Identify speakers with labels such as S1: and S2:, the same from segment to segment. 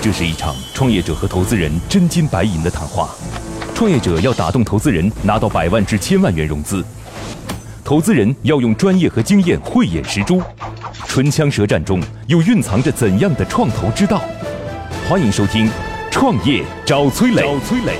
S1: 这是一场创业者和投资人真金白银的谈话。创业者要打动投资人，拿到百万至千万元融资；投资人要用专业和经验慧眼识珠。唇枪舌战中，又蕴藏着怎样的创投之道？欢迎收听《创业找崔磊》。
S2: 找崔磊。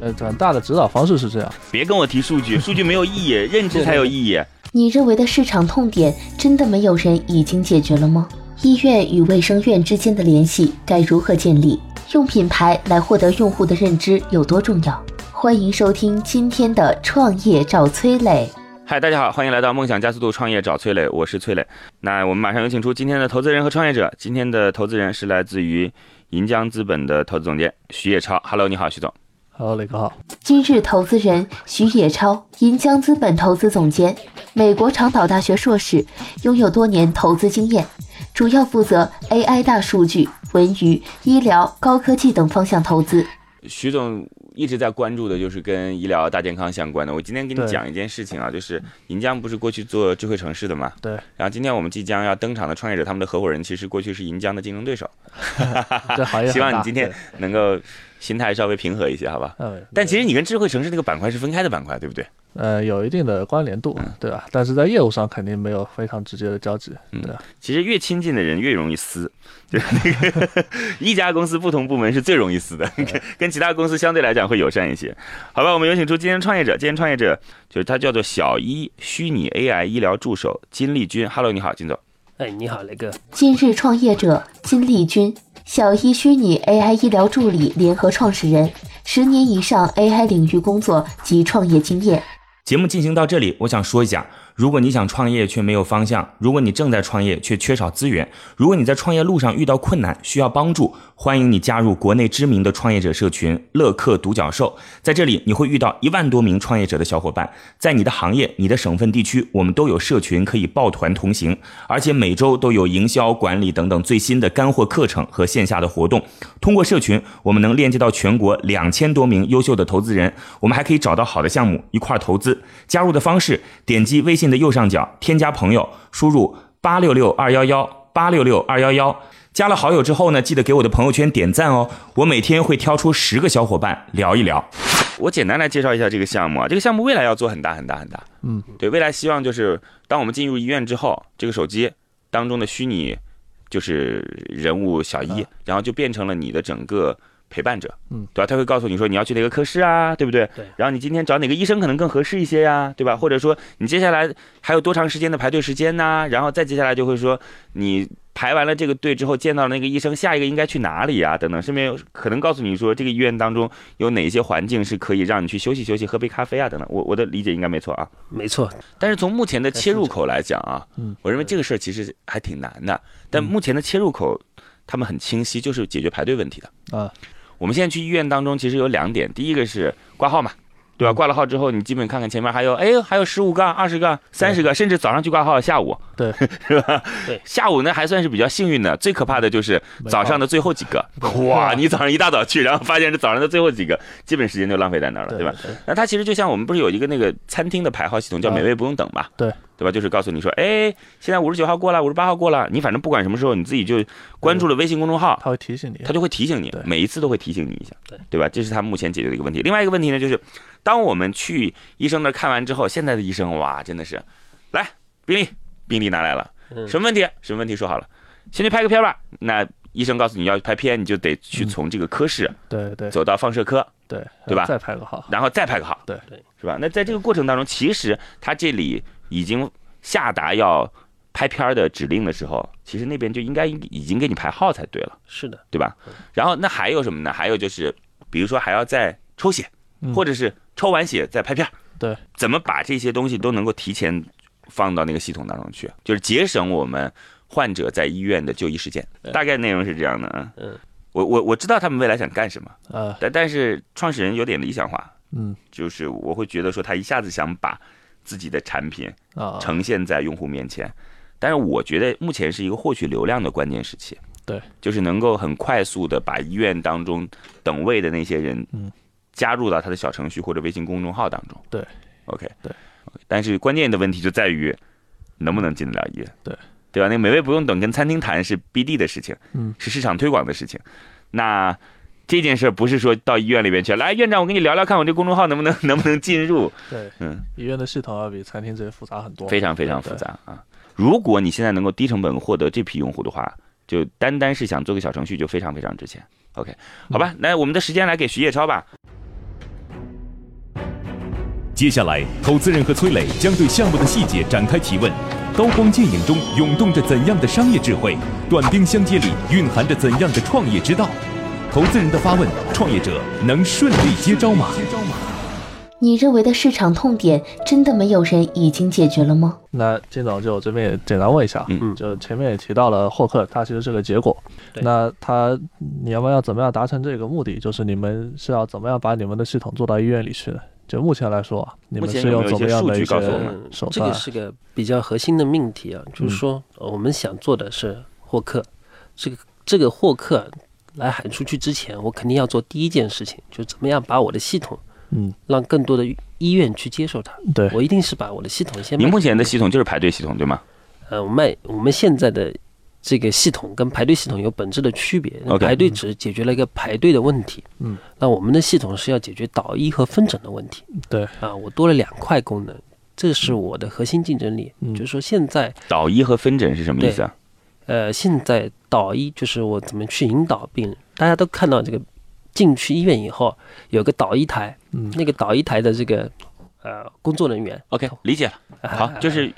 S3: 呃，很大的指导方式是这样。
S2: 别跟我提数据，数据没有意义，认知才有意义。
S4: 你认为的市场痛点，真的没有人已经解决了吗？医院与卫生院之间的联系该如何建立？用品牌来获得用户的认知有多重要？欢迎收听今天的《创业找崔磊》。
S2: 嗨，大家好，欢迎来到梦想加速度创业找崔磊，我是崔磊。那我们马上有请出今天的投资人和创业者。今天的投资人是来自于银江资本的投资总监徐野超。Hello，你好，徐总。
S3: Hello，磊哥好。
S4: 今日投资人徐野超，银江资本投资总监，美国长岛大学硕士，拥有多年投资经验，主要负责 AI、大数据、文娱、医疗、高科技等方向投资。
S2: 徐总一直在关注的就是跟医疗大健康相关的。我今天给你
S3: 对
S2: 讲一件事情啊，就是银江不是过去做智慧城市的嘛？
S3: 对
S2: 然后今天我们即将要登场的创业者，他们的合伙人其实过去是银江的竞争 对手。
S3: 这行业很大
S2: 希望你今天
S3: 对
S2: 能够心态稍微平和一些，好吧？
S3: 呃，
S2: 但其实你跟智慧城市那个板块是分开的板块，对不对？
S3: 呃有一定的关联度，
S2: 嗯
S3: 对吧？但是在业务上肯定没有非常直接的交集，
S2: 嗯
S3: 对吧？
S2: 其实越亲近的人越容易撕，就是那个一家公司不同部门是最容易撕的，跟跟其他公司相对来讲会友善一些。好吧，我们有请出今天创业者，今天创业者就是他叫做小一虚拟 AI 医疗助手金立军。Hello，你好，金总。
S5: 哎，你好，雷哥。
S4: 今日创业者金立军，小一虚拟 AI 医疗助理联合创始人，十年以上 AI 领域工作及创业经验。
S6: 节目进行到这里，我想说一下：如果你想创业却没有方向，如果你正在创业却缺少资源，如果你在创业路上遇到困难需要帮助，欢迎你加入国内知名的创业者社群“乐客独角兽”。在这里，你会遇到一万多名创业者的小伙伴，在你的行业、你的省份、地区，我们都有社群可以抱团同行，而且每周都有营销、管理等等最新的干货课程和线下的活动。通过社群，我们能链接到全国两千多名优秀的投资人，我们还可以找到好的项目一块儿投资。加入的方式，点击微信的右上角添加朋友，输入八六六二幺幺八六六二幺幺。加了好友之后呢，记得给我的朋友圈点赞哦。我每天会挑出十个小伙伴聊一聊。
S2: 我简单来介绍一下这个项目啊，这个项目未来要做很大很大很大。
S3: 嗯，
S2: 对，未来希望就是当我们进入医院之后，这个手机当中的虚拟就是人物小一，然后就变成了你的整个陪伴者，
S3: 嗯，
S2: 对吧？他会告诉你说你要去哪个科室啊，对不对？
S5: 对
S2: 然后你今天找哪个医生可能更合适一些呀、对吧？或者说你接下来还有多长时间的排队时间呐、然后再接下来就会说你。排完了这个队之后，见到了那个医生，下一个应该去哪里啊？等等，顺便有可能告诉你说，这个医院当中有哪些环境是可以让你去休息休息、喝杯咖啡啊？等等，我我的理解应该没错啊。
S5: 没错，
S2: 但是从目前的切入口来讲啊
S3: 嗯，
S2: 我认为这个事儿其实还挺难的。但目前的切入口，他们很清晰，就是解决排队问题的。
S3: 啊，
S2: 我们现在去医院当中，其实有两点，第一个是挂号嘛，对
S3: 嗯
S2: 吧？挂了号之后，你基本看看前面还有，哎呦，还有十五个、二十个、三十个，甚至早上去挂号，下午
S3: 对
S2: 是吧？
S5: 对
S2: 下午呢还算是比较幸运的，最可怕的就是
S3: 没
S2: 早上
S3: 的
S2: 的最后几个，哇！你早上一大早去，然后发现是早上的最后几个，基本时间就浪费在那儿了，对吧？？那它其实就像我们不是有一个那个餐厅的排号系统叫
S3: 啊
S2: 美味不用等嘛，
S3: 对
S2: 对吧？就是告诉你说，哎，现在五十九号过了，五十八号过了，你反正不管什么时候，你自己就关注了微信公众号，
S3: 他会提醒你，
S2: 它就会提醒你
S3: 嗯对，
S2: 每一次都会提醒你一下
S5: 对，
S2: 对吧？这是它目前解决的一个问题。另外一个问题呢，就是当我们去医生那儿看完之后，现在的医生哇，真的是，来病历，病历拿来了，
S5: 嗯，
S2: 什么问题？啊什么问题？说好了，先去拍个片吧。那医生告诉你要拍片，你就得去
S3: 嗯
S2: 从这个科室
S3: 对对
S2: 走到放射科，
S3: 对
S2: 对吧
S3: 再拍个号，
S2: 然后再拍个号，
S3: 对
S5: 对，
S2: 是吧？那在这个过程当中，其实他这里已经下达要拍片儿的指令的时候，其实那边就应该已经给你排号才对了，
S5: 是的，
S2: 对吧？然后那还有什么呢？还有就是，比如说还要再抽血，
S3: 嗯
S2: 或者是抽完血再拍片儿，
S3: 对，
S2: 怎么把这些东西都能够提前放到那个系统当中去，就是节省我们患者在医院的就医时间。
S5: 对
S2: 大概内容是这样的啊。
S5: 嗯，
S2: 我我我知道他们未来想干什么，
S3: 呃
S2: 但但是创始人有点理想化，
S3: 嗯
S2: 就是我会觉得说他一下子想把自己的产品
S3: 啊
S2: 呈现在用户面前，但是我觉得目前是一个获取流量的关键时期，
S3: 对，
S2: 就是能够很快速的把医院当中等位的那些人，
S3: 嗯，
S2: 加入到他的小程序或者微信公众号当中，
S3: 对
S2: ，OK，
S3: 对，
S2: 但是关键的问题就在于能不能进得了医院，
S3: 对，
S2: 对吧？那个美味不用等跟餐厅谈是 BD 的事情，
S3: 嗯，
S2: 是市场推广的事情。那这件事儿不是说到医院里边去，来院长，我跟你聊聊看，我这公众号能不能能不能进入？
S3: 对，
S2: 嗯，
S3: 医院的系统要比餐厅这些复杂很多，
S2: 非常非常复杂啊！如果你现在能够低成本获得这批用户的话，就单单是想做个小程序就非常非常值钱。OK，好吧，那我们的时间来给徐叶超吧。
S1: 接下来，投资人和崔磊将对项目的细节展开提问。刀光剑影中涌动着怎样的商业智慧？短兵相接里蕴含着怎样的创业之道？投资人的发问，创业者能顺利接招吗？
S4: 你认为的市场痛点，真的没有人已经解决了吗？
S3: 那金总就这边也简单问一下，
S2: 嗯
S3: 就前面也提到了获客，它其实是个结果。
S5: 对
S3: 那它你要不要怎么样达成这个目的？就是你们是要怎么样把你们的系统做到医院里去的？就目前来说啊，你们
S2: 目前
S3: 是
S2: 有
S3: 用
S2: 没有一
S3: 怎么
S2: 些
S3: 样的
S2: 数据
S3: 一
S2: 告诉我
S3: 些
S2: 们
S3: 嗯手
S5: 呃这个
S3: 段？嗯
S5: 是个比较核心的命题啊，就是说呃我们想做的是获客，这个这个获客来喊出去之前，我肯定要做第一件事情，就是怎么样把我的系统
S3: 嗯，
S5: 让更多的医院去接受它。
S3: 对，
S5: 我一定是把我的系统先
S2: 您
S5: 卖
S2: 目前的系统就是排队系统对吗？
S5: 呃，我卖我们现在的这个系统跟排队系统有本质的区别。
S2: OK
S5: 排队只解决了一个排队的问题，
S3: 嗯，
S5: 那我们的系统是要解决导医和分诊的问题。
S3: 对，
S5: 啊，我多了两块功能，这是我的核心竞争力。
S3: 嗯
S5: 就是说现在
S2: 导医和分诊是什么意思啊？
S5: 呃，现在导医就是我怎么去引导病人，大家都看到这个进去医院以后有个导医台，
S3: 嗯，
S5: 那个导医台的这个呃工作人员
S2: OK，理 解了。好，就是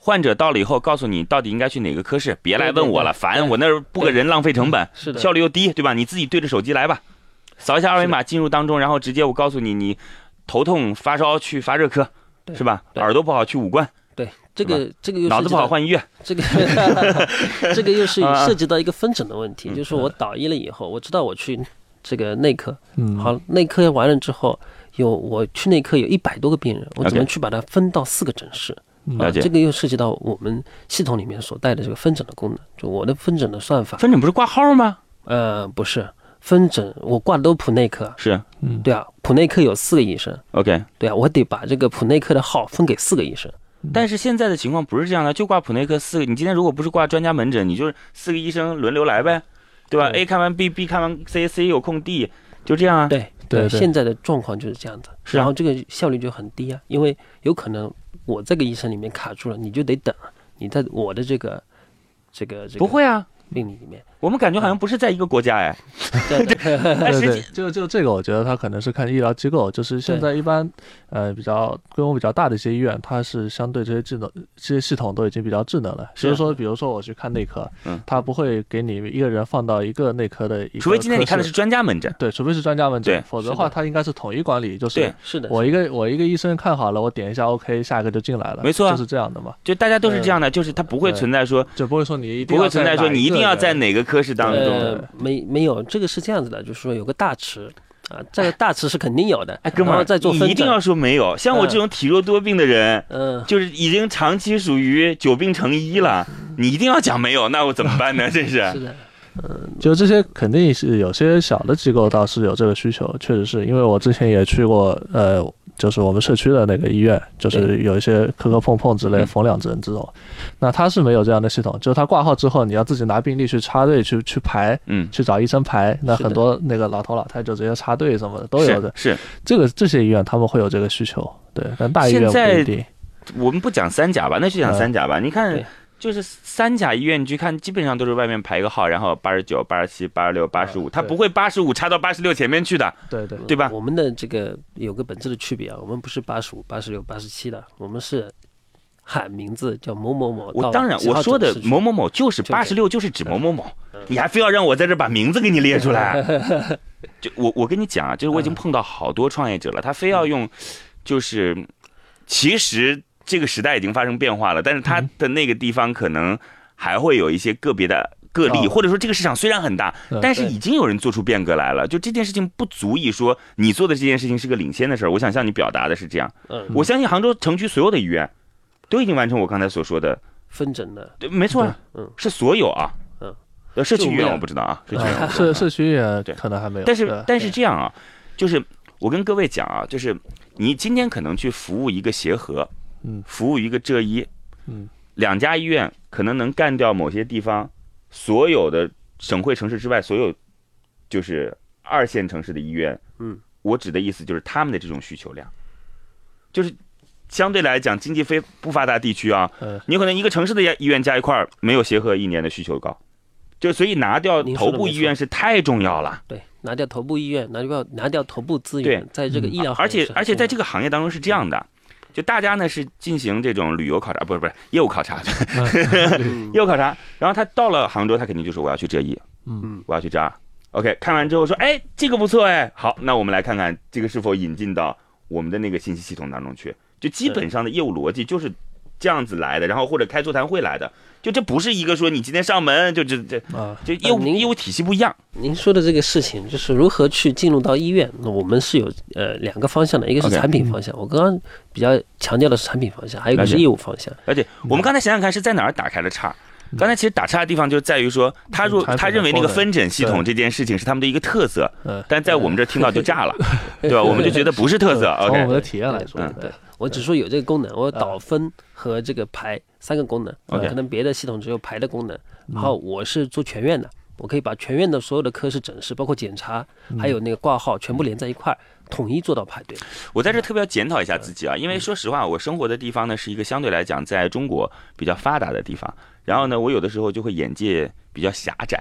S2: 患者到了以后，告诉你到底应该去哪个科室，别来问我了，
S5: 对对对
S2: 烦，我那儿布个人浪费成本，
S5: 是的
S2: 效率又低，对吧？你自己对着手机来吧，扫一下二维码进入当中，然后直接我告诉你，你头痛发烧去发热科，
S5: 对
S2: 是吧？
S5: 对
S2: 耳朵不好去五官，
S5: 对这个这个又
S2: 脑
S5: 涉
S2: 子
S5: 及
S2: 不好
S5: 到
S2: 换医院。
S5: 这个 这个又是
S2: 啊嗯
S5: 涉及到一个分诊的问题，就是我导医了以后，我知道我去这个内科，
S3: 嗯，
S5: 好，内科完了之后，有我去内科有一百多个病人，我怎么
S2: OK
S5: 去把它分到四个诊室？
S3: 嗯
S5: 啊
S2: 了解
S5: 这个又涉及到我们系统里面所带的这个分诊的功能，就我的分诊的算法，
S2: 分诊不是挂号吗？
S5: 呃，不是分诊，我挂的都普内科，
S2: 是
S3: 嗯，
S5: 对啊，普内科有四个医生，
S2: OK，
S5: 对啊，我得把这个普内科的号分给四个医生，
S2: 但是现在的情况不是这样的，就挂普内科四个。你今天如果不是挂专家门诊，你就是四个医生轮流来呗，对吧
S5: 对
S2: ？A 看完 B，B 看完 C，C 有空 D，就这样啊。
S5: 对
S3: 对对
S5: 现在的状况就是这样子，
S2: 是啊
S5: 然后这个效率就很低啊，因为有可能我这个医生里面卡住了，你就得等，啊你在我的这个这个这个
S2: 不会啊，
S5: 病例里面，
S2: 我们感觉好像不是在一个国家哎。 但
S3: 对
S2: 实
S3: 对
S2: 际，
S3: 就就这个，我觉得它可能是看医疗机构，就是现在一般，呃，比较规模比较大的一些医院，它是相对这些智能、这些系统都已经比较智能了。
S2: 是
S3: 所以
S5: 啊
S3: 说，比如说我去看内科，
S2: 嗯
S3: 它不会给你一个人放到一个内科的一个
S2: 除非今天你
S3: 科室
S2: 看的是专家门诊，
S3: 对，除非是专家门诊
S2: 对，
S3: 否则的话，
S5: 是的
S3: 它应该是统一管理，就是
S2: 对
S5: 是的，
S3: 我一个我一个医生看好了，我点一下 OK，下一个就进来了，
S2: 没错啊
S3: 就是这样的嘛，
S2: 就大家都是这样的，就是它不会
S3: 对
S2: 存在说
S3: 就不会说你一定
S2: 不
S3: 要
S2: 会存在说你一定要在哪个科室当中。
S5: 呃，没没有，这个是这样子的，就是说有个大池啊，这个大池是肯定有的，
S2: 哎，哥们
S5: 然
S2: 儿，
S5: 后再做
S2: 你
S5: 分
S2: 一定
S5: 诊
S2: 要说没有。像我这种体弱多病的人，
S5: 嗯。
S2: 就是已经长期属于久病成医了，你一定要讲没有，那我怎么办呢？真
S5: 是
S2: 是。
S5: 的，
S3: 就这些肯定是有些小的机构倒是有这个需求，确实是因为我之前也去过，呃，就是我们社区的那个医院，就是
S5: 对
S3: 有一些磕磕碰碰之类、
S2: 嗯
S3: 缝两针这种，那他是没有这样的系统，就是他挂号之后，你要自己拿病历去插队去去排。
S2: 嗯，
S3: 去找医生排，那
S5: 是的
S3: 很多那个老头老太就直接插队什么的都有
S2: 是
S3: 的。
S2: 是，
S3: 这个这些医院他们会有这个需求，对，但大医院
S2: 现
S3: 不
S2: 在
S3: 一定。
S2: 我们不讲三甲吧，那就讲三甲吧。你看
S5: 对，
S2: 就是三甲医院，你去看，基本上都是外面排一个号，然后八十九、八十七、八十六、八十五，他
S3: 对
S2: 不会八十五插到八十六前面去的。
S3: 对对
S2: 对吧
S5: 我们的这个有个本质的区别啊，我们不是八十五、八十六、八十七的，我们是喊名字叫某某某
S2: 我
S5: 到几号诊室去。
S2: 当然我说的某某某就是
S5: 就这样
S2: 八十六，就是指某某某，你还非要让我在这把名字给你列出来，就我我跟你讲啊，就是我已经碰到好多创业者了，他非要用，就是其实这个时代已经发生变化了，但是他的那个地方可能还会有一些个别的。个例，
S3: 哦
S2: 或者说这个市场虽然很大
S3: 嗯，
S2: 但是已经有人做出变革来了。就这件事情不足以说你做的这件事情是个领先的事儿。我想向你表达的是这样，
S5: 嗯
S2: 我相信杭州城区所有的医院都已经完成我刚才所说的
S5: 分诊的，
S2: 对，没错啊，
S5: 嗯
S2: 是所有啊，
S5: 嗯
S2: 呃，社区医
S5: 就我们
S2: 院
S5: 俩
S2: 我不知道啊，社区医院我
S3: 啊
S2: 不知道
S3: 社
S2: 啊，
S3: 社区也
S2: 对
S3: 可能还没有。
S2: 但是
S3: 对
S2: 但是这样啊，就是我跟各位讲啊，就是你今天可能去服务一个协和，
S3: 嗯
S2: 服务一个浙医，
S3: 嗯，
S2: 两家医院可能能干掉某些地方所有的省会城市之外所有就是二线城市的医院。
S5: 嗯，
S2: 我指的意思就是他们的这种需求量，就是相对来讲经济非不发达地区啊，
S3: 呃，
S2: 你可能一个城市的医院加一块儿没有协和一年的需求高，就所以拿掉
S5: 您说
S2: 头
S5: 的
S2: 部
S5: 没
S2: 医院
S5: 错
S2: 是太重要了。
S5: 对，拿掉头部医院，拿掉拿掉头部资源
S2: 对，嗯
S5: 在这个医
S2: 啊
S5: 疗行业嗯
S2: 而且
S5: 是很
S2: 而且在这
S5: 重
S2: 个行业当中是这样的，就大家呢是进行这种旅游考察，不是不是业务考察，
S5: 要的嗯
S2: 业务考察。然后他到了杭州，他肯定就说我要去浙一，
S3: 嗯，
S2: 我要去浙二。OK，看完之后说，哎，这个不错哎，好，那我们来看看这个是否引进到我们的那个信息系统当中去。就基本上的业务逻辑就是这样子来的，然后或者开座谈会来的，就这不是一个说你今天上门就这这
S3: 啊，
S2: 就业务
S5: 呃您
S2: 业务体系不一样。
S5: 您说的这个事情，就是如何去进入到医院，那我们是有呃两个方向的，一个是
S2: OK，嗯
S5: 产品方向，我刚刚比较强调的是产品方向，还有一个
S2: 了解
S5: 是业务方向。
S2: 而且我们刚才想想看是在哪儿打开了岔。刚才其实打岔的地方就在于说，
S3: 嗯
S2: 他若
S3: 产品的
S2: 他认为那个
S3: 功能
S2: 分诊系统这件事情是他们的一个特色，
S3: 嗯，
S2: 但在我们这儿听到就 炸了，对吧？我们就觉得不是特色。
S3: 从我们
S2: OK
S3: 的体验来说，
S2: 嗯
S5: 对我只说有这个功能，我有导分和这个排三个功能，呃
S2: OK 嗯
S5: 可能别的系统只有排的功能。然后我是做全院的，我可以把全院的所有的科室诊室，包括检查，还有那个挂号，全部连在一块儿，统一做到排队。
S2: 我在这儿特别要检讨一下自己啊，因为说实话，我生活的地方呢是一个相对来讲在中国比较发达的地方，然后呢，我有的时候就会眼界比较狭窄，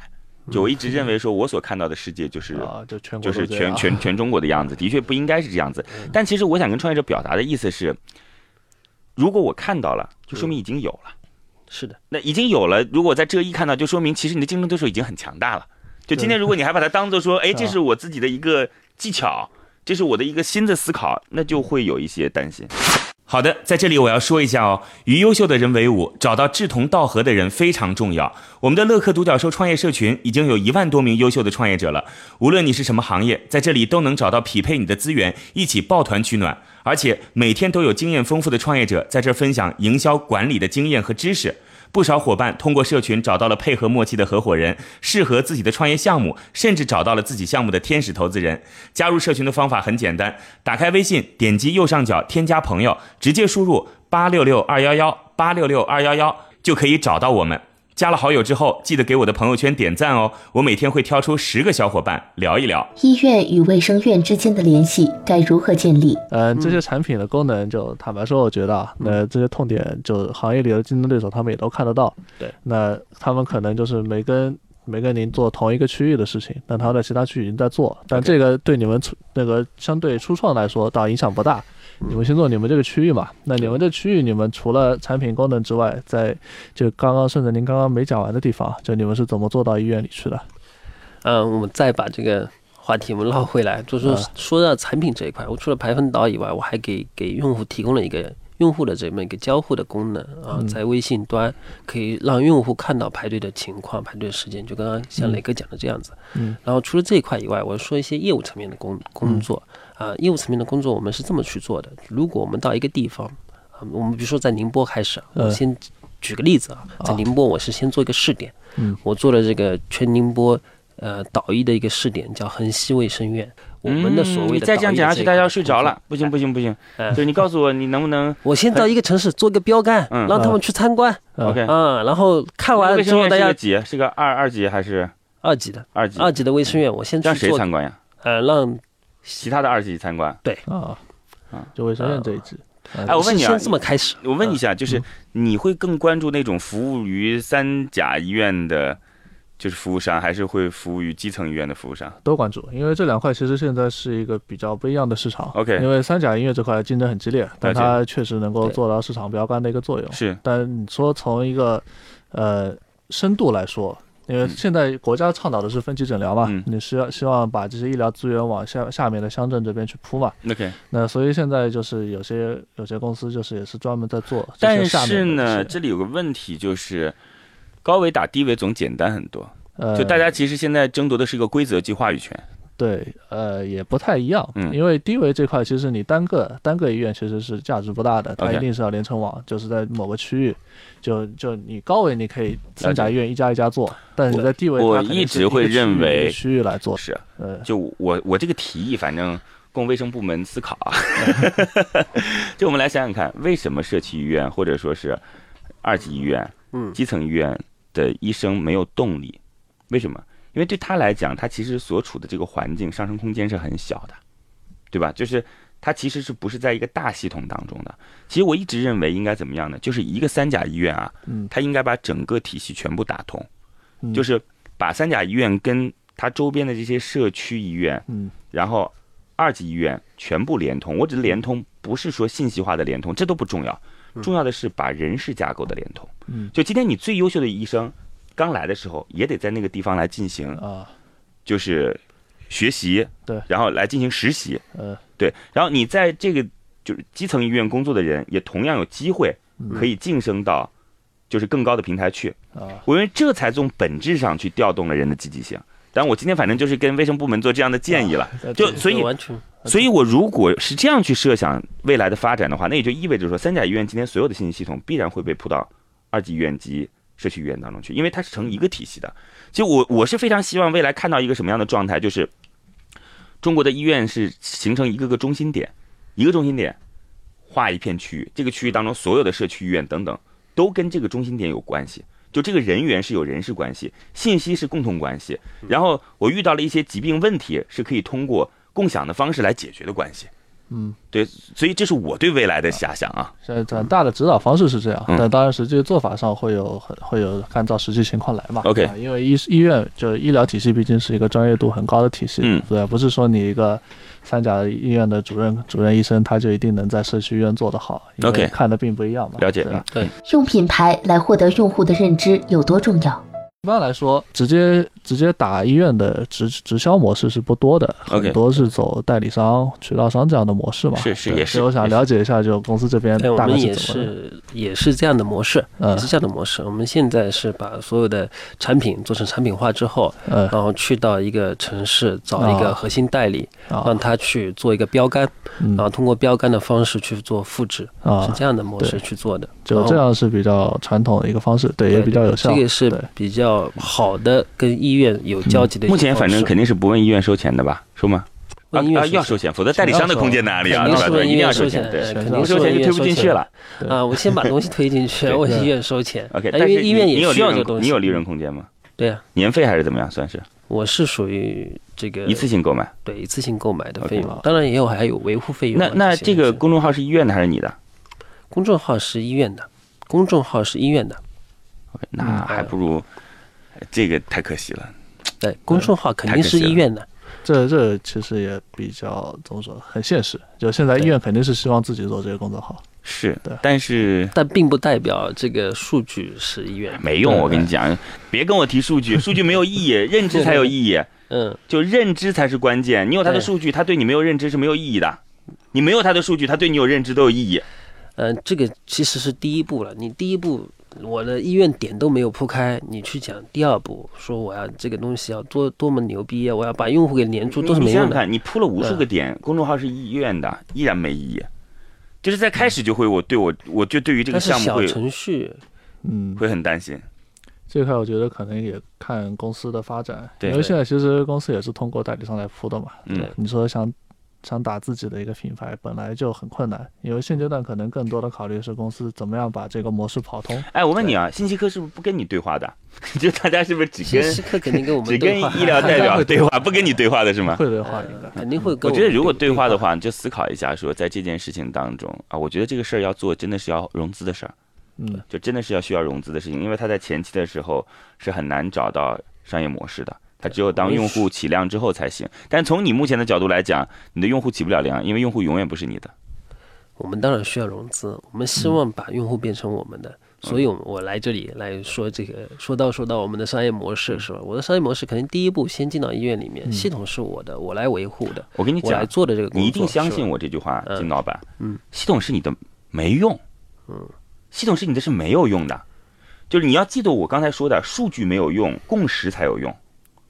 S2: 就我一直认为说我所看到的世界就是
S3: 啊，就全国
S2: 就
S3: 都
S2: 是
S3: 这
S2: 全
S3: 样嗯
S2: 全全中国的样子，的确不应该是这样子。但其实我想跟创业者表达的意思是，如果我看到了，就说明已经有了。
S5: 是的，
S2: 那已经有了，如果在这一看到，就说明其实你的竞争对手已经很强大了。就今天，如果你还把它当做说，哎，这是我自己的一个技巧，这是我的一个新的思考，那就会有一些担心。
S6: 好的，在这里我要说一下哦，与优秀的人为伍，找到志同道合的人非常重要。我们的乐客独角兽创业社群已经有一万多名优秀的创业者了，无论你是什么行业，在这里都能找到匹配你的资源，一起抱团取暖。而且每天都有经验丰富的创业者在这儿分享营销管理的经验和知识。不少伙伴通过社群找到了配合默契的合伙人，适合自己的创业项目，甚至找到了自己项目的天使投资人。加入社群的方法很简单，打开微信，点击右上角添加朋友，直接输入八六六二幺幺八六六二幺幺就可以找到我们。加了好友之后，记得给我的朋友圈点赞哦，我每天会挑出十个小伙伴聊一聊。
S4: 医院与卫生院之间的联系该如何建立？
S3: 嗯，这些产品的功能，就坦白说，我觉得啊，那这些痛点，就行业里的竞争对手他们也都看得到。
S5: 对，
S3: 那他们可能就是没跟没跟您做同一个区域的事情，但他们在其他区域已经在做，但这个对你们初那个相对初创来说倒影响不大。你们先做你们这个区域嘛，那你们这区域，你们除了产品功能之外，在就刚刚甚至您刚刚没讲完的地方，就你们是怎么做到医院里去的？
S5: 嗯，我们再把这个话题我们绕回来，就是说
S3: 啊
S5: 说到产品这一块，我除了排分岛以外，我还给给用户提供了一个用户的这么一个交互的功能啊，
S3: 嗯
S5: 在微信端可以让用户看到排队的情况、排队时间，就刚刚像磊哥讲的这样子。
S3: 嗯，
S5: 然后除了这一块以外，我说一些业务层面的工工作
S3: 嗯
S5: 啊、业务层面的工作我们是这么去做的：如果我们到一个地方，啊、我们比如说在宁波开始啊，我
S3: 嗯
S5: 先举个例子啊，在宁波我是先做一个试点，
S3: 嗯，
S5: 我做了这个全宁波呃导医的一个试点，叫横溪卫生院。我们的所谓
S2: 你
S5: 的
S2: 再这样讲下去，大家要睡着了。嗯 不行不
S5: 行，
S2: 行不行，
S5: 哎
S2: 就是你告诉我，你能不能
S5: 我先到一个城市做一个标杆，
S2: 嗯
S5: 让他们去参观
S3: 嗯
S2: OK？
S5: 啊、然后看
S2: 卫
S5: 完之
S2: 生
S5: 后
S2: 院
S5: 大
S2: 是个
S5: 家
S2: 几？是个二二级还是
S5: 二级的
S2: 二级？
S5: 二级的卫生院，我先
S2: 让
S5: 去
S2: 谁
S5: 做
S2: 参观啊呀？
S5: 呃让
S2: 其他的二级参观。
S3: 啊
S2: 啊，
S3: 就卫生院这一支。
S2: 哎，我问你
S5: 是
S2: 啊
S5: 先，这么开始，
S2: 我问一下，就是你会更关注那种服务于三甲医院的，就是服务商，还是会服务于基层医院的服务商？
S3: 都关注，因为这两块其实现在是一个比较不一样的市场。
S2: OK
S3: 因为三甲音乐这块竞争很激烈，但
S2: 了解
S3: 它确实能够
S5: 对
S3: 做到市场标杆的一个作用。
S2: 是
S3: 但你说从一个呃深度来说，因为现在国家倡导的是分级诊疗嘛，
S2: 嗯
S3: 你是要希望把这些医疗资源往下下面的乡镇这边去铺嘛。
S2: OK，
S3: 那所以现在就是有些有些公司就是也是专门在做这些
S2: 但
S3: 下面
S2: 是呢，
S3: 的这些
S2: 这里有个问题就是。高维打低维总简单很多，
S3: 呃，
S2: 就大家其实现在争夺的是一个规则及话语权。
S3: 对，呃，也不太一样，
S2: 嗯
S3: 因为低维这块其实你单个单个医院其实是价值不大的，它
S2: OK
S3: 一定是要连成网，就是在某个区域，就就你高维你可以三甲
S2: 了
S3: 医
S2: 解
S3: 院一家一家做，但是你在低维
S2: 我
S3: 它肯定
S2: 一
S3: 是
S2: 直
S3: 个
S2: 会
S3: 区域
S2: 认为
S3: 一个区域来做，
S2: 是，啊
S3: 呃，
S2: 就我我这个提议，反正供卫生部门思考啊。就我们来想想看，为什么社区医院或者说是二级医院、
S5: 嗯
S2: 基层医院的医生没有动力，为什么？因为对他来讲，他其实所处的这个环境上升空间是很小的，对吧？就是他其实是不是在一个大系统当中的？其实我一直认为应该怎么样呢？就是一个三甲医院啊，
S3: 嗯
S2: 它应该把整个体系全部打通，
S3: 嗯
S2: 就是把三甲医院跟它周边的这些社区医院，
S3: 嗯
S2: 然后二级医院全部联通。我指的联通不是说信息化的联通，这都不重要，重要的是把人事架构的联通。
S3: 嗯
S2: 就今天你最优秀的医生刚来的时候，也得在那个地方来进行
S3: 啊，
S2: 就是学习，
S3: 对
S2: 然后来进行实习，
S3: 呃，
S2: 对，然后你在这个就是基层医院工作的人，也同样有机会可以晋升到就是更高的平台去。
S3: 啊，
S2: 我认为这才从本质上去调动了人的积极性。但我今天反正就是跟卫生部门做这样的建议了，就所以
S5: 这完全
S2: 所以我如果是这样去设想未来的发展的话，那也就意味着说，三甲医院今天所有的信息系统必然会被铺到二级医院及社区医院当中去，因为它是成一个体系的。其实我我是非常希望未来看到一个什么样的状态，就是中国的医院是形成一个个中心点，一个中心点划一片区域，这个区域当中所有的社区医院等等都跟这个中心点有关系。就这个人员是有人事关系，信息是共同关系，然后我遇到了一些疾病问题，是可以通过共享的方式来解决的关系。
S3: 嗯，
S2: 对，所以这是我对未来的遐想啊。
S3: 现在咱大的指导方式是这样，
S2: 嗯
S3: 但当然实际做法上会有很会有按照实际情况来嘛。
S2: OK
S3: 啊因为医医院就是医疗体系，毕竟是一个专业度很高的体系，
S2: 嗯
S3: 对，不是说你一个三甲医院的主任主任医生他就一定能在社区医院做得好因为
S2: OK
S3: 看的并不一样
S5: 啊
S3: 嘛。
S2: 了解
S3: 对吧
S4: 用品牌来获得用户的认知有多重要？
S3: 一般来说，直接直接打医院的直直销模式是不多的
S2: OK
S3: 很多是走代理商、渠道商这样的模式嘛。
S2: 是是
S3: 对
S2: 也是
S3: 所以我想
S2: 也是
S3: 了解一下，就公司这边
S5: 哎对，我
S3: 大概
S5: 们也
S3: 怎么的。
S5: 是也是这样的模式，也
S3: 嗯
S5: 是这样的模式。我们现在是把所有的产品做成产品化之后，
S3: 嗯
S5: 然后去到一个城市找一
S3: 啊
S5: 个核心代理，
S3: 啊
S5: 让他去做一个标杆，
S3: 嗯
S5: 然啊后通过标杆的方式去做复制，是
S3: 啊，
S5: 这样的模式
S3: 对
S5: 去做的。
S3: 就这样是比较传统的一个方式，对，
S5: 哦对
S3: 也比较有效。
S5: 这个是
S3: 对嗯
S5: 比较好的跟医院有交集的一
S2: 目
S5: 个方式。
S2: 前反正肯定是不问医院收钱的吧？收吗？啊
S5: 问医院
S2: 啊，
S5: 收
S2: 要
S5: 钱
S2: 收钱，否则代理商的空间在哪里啊？
S5: 肯定
S2: 对吧？
S5: 是
S2: 对，
S5: 问
S2: 一
S5: 医
S2: 定要
S5: 院
S2: 收
S5: 收
S2: 钱
S5: 钱，，
S2: 对，
S5: 肯
S3: 对
S5: 定
S2: 收
S5: 问
S2: 钱
S5: 医
S2: 就
S5: 院
S2: 推
S5: 收
S2: 不进去
S5: 钱
S2: 了。
S3: 对
S5: 啊！我先把东西推 进去，
S3: 对
S5: 问
S3: 对
S5: 医院收钱。
S2: OK，
S5: 但
S2: 但
S5: 因
S2: 是你
S5: 为医院
S2: 你有
S5: 也需
S2: 利
S5: 要这
S2: 润
S5: 个东西。
S2: 你有利润空间吗？
S5: 对啊，
S2: 年费还是怎么样？算是
S5: 我是属于这个
S2: 一次性购买？
S5: 对一次性购买的费
S3: OK
S5: 用，当然也有还有维护费用
S2: 那
S5: 啊。
S2: 那
S5: 些
S2: 这个
S5: 是
S2: 公众号是医院的还是你的
S5: 公众号是医院的，公众号是医院的，
S2: ？OK，那
S5: 嗯呃
S2: 还不如呃这个太可惜了。
S5: 对，公众号肯定是医院的，
S3: 这这其实也比较怎么说，很现实。就现在医院肯定是希望自己做这个工作好，
S2: 是
S3: 对，
S2: 但是
S5: 但并不代表这个数据是医院的。
S2: 没用，
S3: 对
S2: 我跟你讲，别跟我提数据，数据没有意 义，认知才有意义。啊
S5: 嗯，
S2: 就认知才是关键。你有他的
S5: 对
S2: 数据，他对你没有认知是没有意义的；你没有他的数据，他对你有认知都有意义。
S5: 呃，这个其实是第一步了。你第一步，我的医院点都没有铺开，你去讲第二步，说我要这个东西要多多么牛逼啊，我要把用户给连住，
S2: 你
S5: 都是
S2: 你
S5: 没
S2: 想
S5: 用
S2: 想
S5: 的。
S2: 看，你铺了无数个点，公众号是医院的，依然没意义。就是在开始就会，我对我我就对于这个
S5: 但是
S2: 项目
S5: 小
S2: 会
S5: 程序，
S3: 嗯，
S2: 会很担心。
S3: 这块我觉得可能也看公司的发展，
S2: 对
S3: 因为现在其实公司也是通过代理商来铺的嘛。
S2: 嗯
S5: 对
S3: 你说想想打自己的一个品牌，本来就很困难，因为现阶段可能更多的考虑是公司怎么样把这个模式跑通。
S2: 哎，我问你啊，信息科是不是不跟你对话的？ 就大家是不是只
S5: 信
S2: 跟
S5: 息课肯定跟我
S2: 只
S5: 们
S2: 跟
S5: 对话，
S2: 医疗代表对话，不跟你对话的是吗？
S3: 会的话，应该
S5: 肯定会跟
S2: 我
S5: 们
S2: 觉得如果
S5: 对
S2: 对话的，话，你就思考一下，说在这件事情当中啊，我觉得这个事儿要做，真的是要融资的事儿。
S3: 嗯
S2: 就真的是要需要融资的事情，因为它在前期的时候是很难找到商业模式的，它只有当用户起量之后才行。但从你目前的角度来讲，你的用户起不了量，因为用户永远不是你的。
S5: 我们当然需要融资，我们希望把用户变成我们的，所以我我来这里来说这个，说到说到我们的商业模式是吧？我的商业模式肯定第一步先进到医院里面，系统是我的，我来维护的，
S2: 我跟你
S5: 我来
S2: 讲，
S5: 做的这个工作，
S2: 你一定相
S5: 是
S2: 信
S5: 吧。
S2: 我这句话，
S5: 嗯
S2: 金老板。
S5: 嗯，
S2: 系统是你的没用。嗯，系统是你的是没有用的，就是你要记得我刚才说的，数据没有用，共识才有用。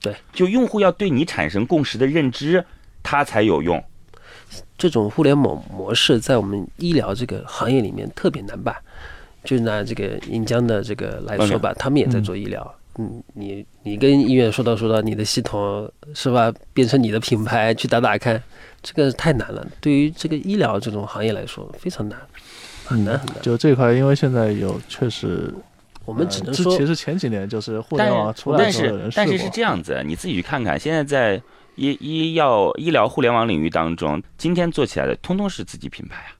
S5: 对，
S2: 就用户要对你产生共识的认知，它才有用。
S5: 这种互联网模式在我们医疗这个行业里面特别难办。就拿这个银江的这个来说吧，他们也在做医疗。嗯，你你跟医院说道说道，你的系统是吧，变成你的品牌去打打看，这个太难了。对于这个医疗这种行业来说，非常难。很难很难。
S3: 就这块，因为现在有确实，
S5: 我们只能
S3: 呃之
S5: 说
S3: 其，实前几年就是互
S2: 但
S3: 联
S2: 是
S3: 网出来
S2: 但
S3: 之后，有人
S2: 是
S3: 试
S2: 但是
S3: 过
S2: 是这样子，你自己去看看，现在在医医药医疗互联网领域当中，今天做起来的通通是自己品牌啊。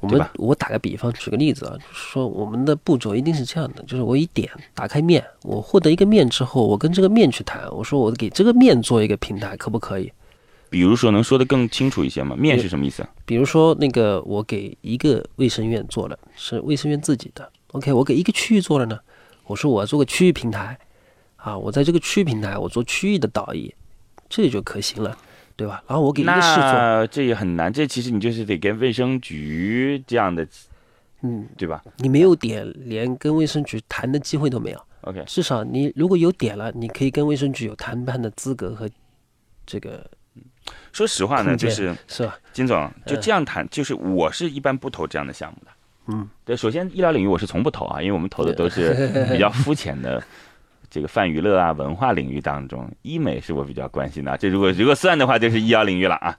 S5: 我们
S2: 对吧
S5: 我打个比方，举个例子啊，就是说我们的步骤一定是这样的，就是我一点打开面，我获得一个面之后，我跟这个面去谈，我说我给这个面做一个平台，可不可以？
S2: 比如说，能说的更清楚一些吗？面是什么意思啊？
S5: 比如说那个我给一个卫生院做了，是卫生院自己的，OK，我给一个区域做了呢，我说我要做个区域平台，啊，我在这个区域平台我做区域的导医，这就可行了，对吧？然后我给一个市做，
S2: 那这也很难，这其实你就是得跟卫生局这样的，
S5: 嗯，
S2: 对吧
S5: 你没有点，连跟卫生局谈的机会都没有。
S2: ？OK，
S5: 至少你如果有点了，你可以跟卫生局有谈判的资格和这个
S2: 说实话呢，
S5: 空
S2: 就
S5: 间
S2: 是
S5: 是吧？
S2: 金总就
S5: 嗯
S2: 这样谈，就是我是一般不投这样的项目的。
S5: 嗯，
S2: 对，首先医疗领域我是从不投啊，因为我们投的都是 比较肤浅的。这个泛娱乐啊，文化领域当中，医美是我比较关心的啊。这如果如果算的话，就是医疗领域了啊。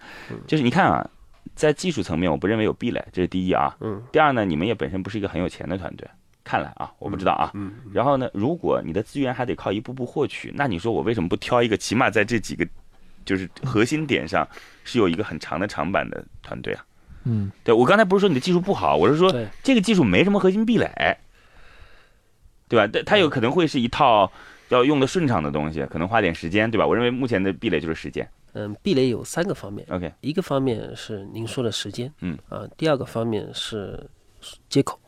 S2: 就是你看啊，在技术层面，我不认为有壁垒，这是第一啊。
S5: 嗯。
S2: 第二呢，你们也本身不是一个很有钱的团队，看来啊，我不知道啊。嗯。然后呢，如果你的资源还得靠一步步获取，那你说我为什么不挑一个起码在这几个就是核心点上是有一个很长的长板的团队啊？
S3: 嗯，
S2: 对我刚才不是说你的技术不好，我是说
S5: 对
S2: 这个技术没什么核心壁垒，对吧？但它
S5: 嗯
S2: 有可能会是一套要用的顺畅的东西，可能花点时间，对吧？我认为目前的壁垒就是时间。
S5: 嗯，壁垒有三个方面，
S2: OK，
S5: 一个方面是您说的时间，
S2: 嗯
S5: 啊，第二个方面是接口，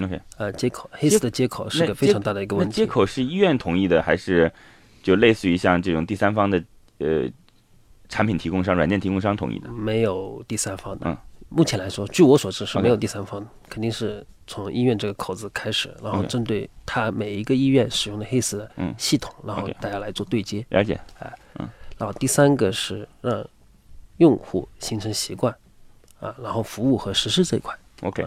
S2: OK，
S5: 啊，接口，HIS 的接口是
S2: 那
S5: 个非
S2: 接
S5: 常大的一个
S2: 那
S5: 问
S2: 接
S5: 题。
S2: 口是医院同意的，还是就类似于像这种第三方的呃产品提供商、软件提供商同意的？
S5: 没有第三方的
S2: 嗯。
S5: 目前来说，据我所知是
S2: OK
S5: 没有第三方的，肯定是从医院这个口子开始，然后
S2: OK
S5: 针对它每一个医院使用的 HIS 的
S2: 嗯
S5: 系统，然后
S2: OK
S5: 大家来做对接。
S2: 了解。
S5: 然后第三个是让用户形成习惯，啊，然后服务和实施这一块。
S2: OK，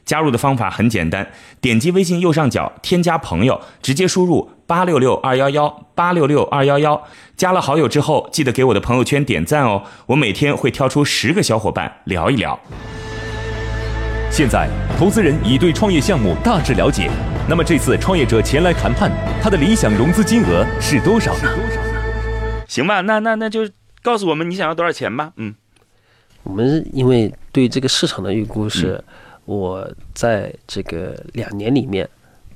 S6: 加入的方法很简单，点击微信右上角添加朋友，直接输入八六六二幺幺八六六二幺幺。加了好友之后，记得给我的朋友圈点赞哦。我每天会挑出十个小伙伴聊一聊。
S1: 现在，投资人已对创业项目大致了解。那么这次创业者前来谈判，他的理想融资金额是多少呢？
S2: 行吧，那那那就告诉我们你想要多少钱吧。嗯，
S5: 我们因为对这个市场的预估
S2: 嗯
S5: 是，我在这个两年里面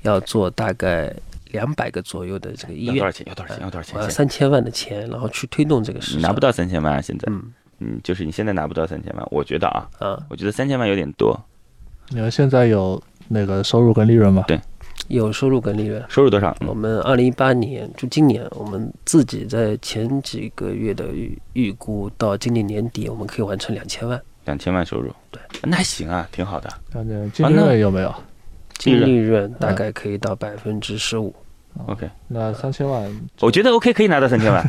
S5: 要做大概两百个左右的这个医
S2: 要多
S5: 院
S2: 少，钱？要多少钱？要多少
S5: 我
S2: 钱？
S5: 要呃三千万的钱，然后去推动这个市
S2: 你
S5: 场
S2: 拿不到三千万啊，现在。
S5: 嗯
S2: 嗯，就是你现在拿不到三千万，我觉得啊，
S5: 啊，
S2: 我觉得三千万有点多，
S3: 你们现在有那个收入跟利润吗？
S5: 有收入跟利润。
S2: 收入多少？
S5: 我
S2: 嗯
S5: 们二零一八年，就今年，我们自己在前几个月的预预估，到今年年底，我们可以完成两千万。
S2: 两千万收入，
S5: 对，
S2: 那还行啊，挺好的。
S3: 看见净利润有没有？
S5: 净
S2: 利
S5: 利润大概可以到百分之十五，
S2: OK，
S3: 那三千万，
S2: 我觉得 OK 可以拿到三 千万，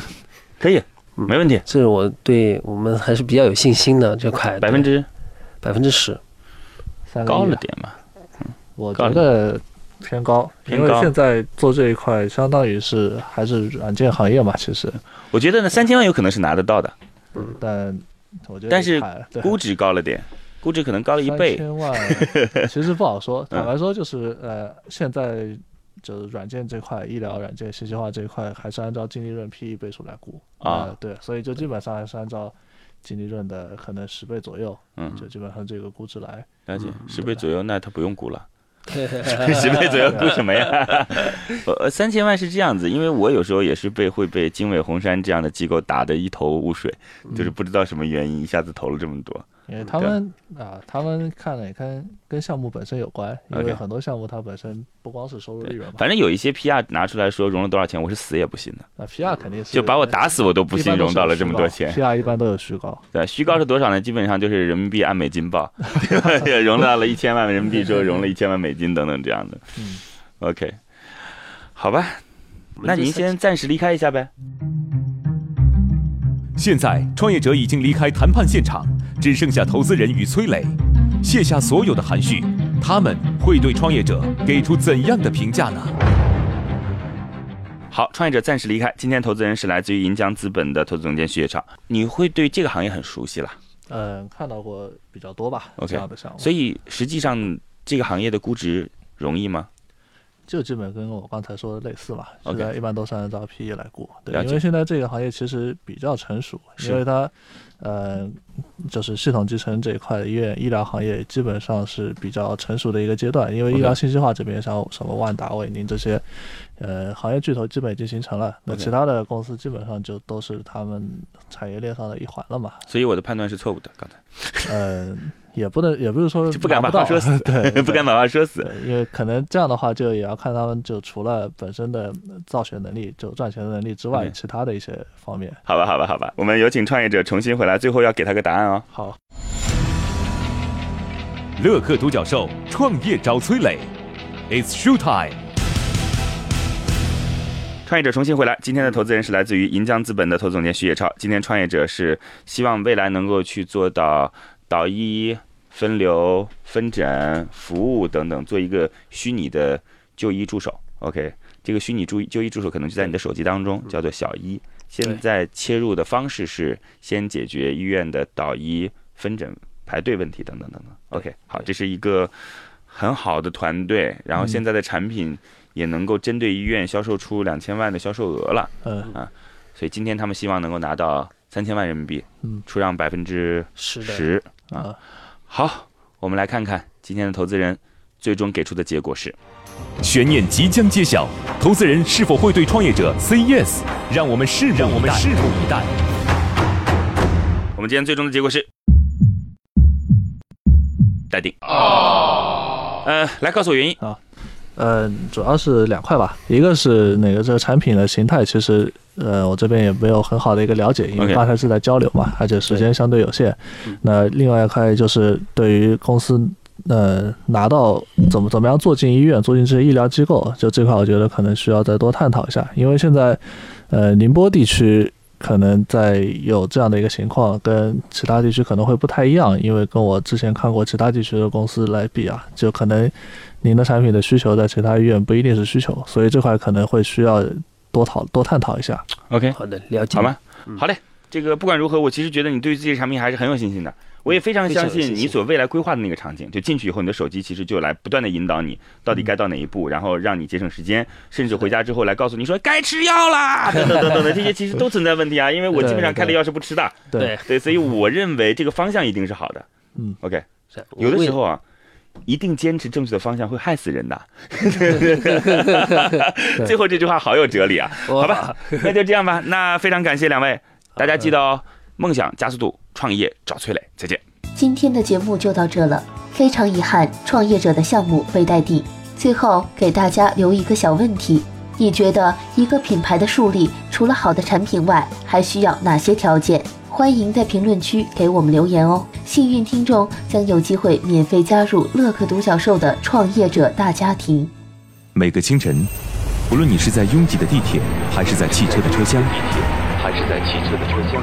S2: 可以，
S5: 嗯
S2: 没问题，
S5: 这是我对我们还是比较有信心的这块。
S2: 百分之
S1: 啊
S5: 百分之十，
S3: 三个亿啊
S2: 高了点嘛。
S3: 我觉得偏高，
S2: 偏
S3: 因为
S2: 高
S3: 现在做这一块相当于是还是软件行业嘛，其实，
S2: 我觉得呢，三千万有可能是拿得到的，
S3: 但我觉得
S2: 但是
S3: 对
S2: 估值高了点，估值可能高了一
S3: 三。
S2: 倍
S3: 千万其实不好 说。坦白说，就是呃，现在就是软件这块，医疗软件信息化这一块，还是按照净利润 PE 倍数来估
S2: 啊
S3: 呃对，所以就基本上还是按照净利润的可能十倍左右，
S2: 嗯
S3: 就基本上这个估值来。
S2: 了解，十倍左右，那他不用估了。十倍左右估什么呀？呃，三千万是这样子，因为我有时候也是被会被经纬红杉这样的机构打得一头雾水，
S5: 嗯
S2: 就是不知道什么原因一下子投了这么多。
S3: 因为他们啊，他们看了也看跟项目本身有关，因
S2: OK
S3: 为很多项目它本身不光是收入利
S2: 对
S3: 润，嘛，
S2: 反正有一些 PR 拿出来说融了多少钱，我是死也不信的，
S3: 那 PR 肯定是
S2: 就把我打死我都不
S3: 一
S2: 信
S3: 般都是有
S2: 融到了这么多
S3: 虚
S2: 钱。
S3: 高，PR 一般都有虚高。
S2: 对，虚高是多少呢？基本上就是人民币按美金 报，对吧？也融到了一千万人民币，之后融了一千万美金等等这样的。
S3: 嗯
S2: OK，
S7: 好吧，
S5: 我们
S7: 那
S5: 这
S7: 您
S5: 三
S7: 先暂时离开一下呗。
S1: 现在，创业者已经离开谈判现场，只剩下投资人与崔磊，卸下所有的含蓄，他们会对创业者给出怎样的评价呢？
S7: 好，创业者暂时离开。今天投资人是来自于银江资本的投资总监徐雪超，你会对这个行业很熟悉了，
S3: 嗯，看到过比较多吧
S7: OK，
S3: 这样的项目，
S7: 所
S3: 以
S7: 以实际上这个行业的估值容易吗？
S3: 就基本跟我刚才说的类似吧。现
S7: OK
S3: 在一般都是按照 PE 来估，
S7: 了
S3: 对，
S7: 解
S3: 因为现在这个行业其实比较成熟，
S7: 是
S3: 因为它，呃，就是系统集成这一块，医院医疗行业基本上是比较成熟的一个阶段，因为
S7: OK
S3: 医疗信息化这边像什么万达、伟宁这些，呃，行业巨头基本已经形成了，那
S7: OK
S3: 其他的公司基本上就都是他们产业链上的一环了嘛，
S7: 所以我的判断是错误的，刚才
S3: 呃，也不能，也不是说
S7: 就不敢
S3: 拿
S7: 把
S3: 不
S7: 话
S3: 到
S7: 说死，
S3: 对，
S7: 不敢把话说死。
S3: 对，因为可能这样的话，就也要看他们就除了本身的造血能力，就赚钱的能力之外，
S7: 嗯
S3: 其他的一些方面。
S7: 好吧，好吧，好吧，我们有请创业者重新回来，最后要给他个答案哦。
S3: 好，
S1: 乐客独角兽创业找崔磊，It's show time。
S7: 创业者重新回来，今天的投资人是来自于银江资本的投资总监徐野超。今天创业者是希望未来能够去做到导医、分流、分诊、服务等等，做一个虚拟的就医助手。OK，这个虚拟助就医助手可能就在你的手机当中，叫做小医。现在切入的方式是先解决医院的导医、分诊、排队问题等等等等。OK，好，这是一个很好的团队，然后现在的产品也能够针对医院销售出两千万的销售额了，
S3: 嗯
S7: 所以今天他们希望能够拿到三千万人民币，
S3: 嗯
S7: 出让百分之
S5: 是的，
S7: 十。
S3: 啊，
S7: 好，我们来看看今天的投资人最终给出的结果是。
S1: 悬念即将揭晓，投资人是否会对创业者 say yes？让我们拭目我们拭目以待。
S7: 我们今天最终的结果是待定。呃，来告诉我原因。
S3: 嗯，主要是两块吧，一个是那个这个产品的形态，其实呃我这边也没有很好的一个了解，因
S7: OK
S3: 为刚才是在交流嘛，而且时间相对有限。那另外一块就是对于公司。呃，拿到怎么怎么样做进医院，做进这些医疗机构，就这块我觉得可能需要再多探讨一下，因为现在，呃，宁波地区可能在有这样的一个情况，跟其他地区可能会不太一样，因为跟我之前看过其他地区的公司来比啊，就可能您的产品的需求在其他医院不一定是需求，所以这块可能会需要多讨多探讨一下。
S7: OK，
S5: 好的，了解。
S7: 好吗？好嘞，这个不管如何，我其实觉得你对自己的产品还是很有信心的。我也非常相
S5: 非常有
S7: 信
S5: 信心
S7: 你所未来规划的那个场景，就进去以后，你的手机其实就来不断的引导你到底该
S5: 嗯
S7: 到哪一步，然后让你节省时间，甚至回家之后来告诉你说该吃药啦，等等等等的，这些其实都存在问题啊，因为我基本上开了药是不吃的，
S5: 对，
S7: 对，所以我认为这个方向一定是好的。
S3: 嗯
S7: ，OK，
S5: 是我
S7: 有的
S5: 为
S7: 时候啊，一定坚持正确的方向会害死人的。最后这句话好有哲理啊！
S5: 我
S7: 好吧，那就这样吧。那非常感谢两位，大家记得哦，梦想加速度，创业找崔磊，再见。
S4: 今天的节目就到这了，非常遗憾，创业者的项目被待定。最后给大家留一个小问题：你觉得一个品牌的树立，除了好的产品外，还需要哪些条件？欢迎在评论区给我们留言哦，幸运听众将有机会免费加入乐客独角兽的创业者大家庭。
S1: 每个清晨，不论你是在拥挤的地铁，还是在汽车的车厢，
S8: 还是在汽车的车厢。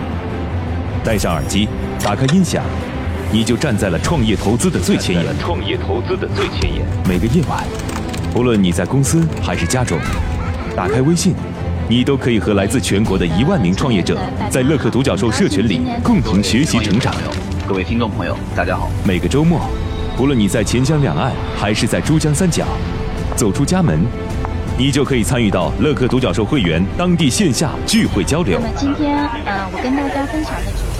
S1: 戴上耳机，打开音响，你就站在了创业投资的最前沿。
S8: 创业投资的最前沿。
S1: 每个夜晚，不论你在公司还是家中，打开微信，你都可以和来自全国的一万名创业者，在乐客独角兽社群里共同学习成长。
S8: 各位听众朋友，大家好。
S1: 每个周末，不论你在钱江两岸还是在珠江三角，走出家门，你就可以参与到乐客独角兽会员当地线下聚会交流
S9: 那。么今天，呃，我跟大家分享的主题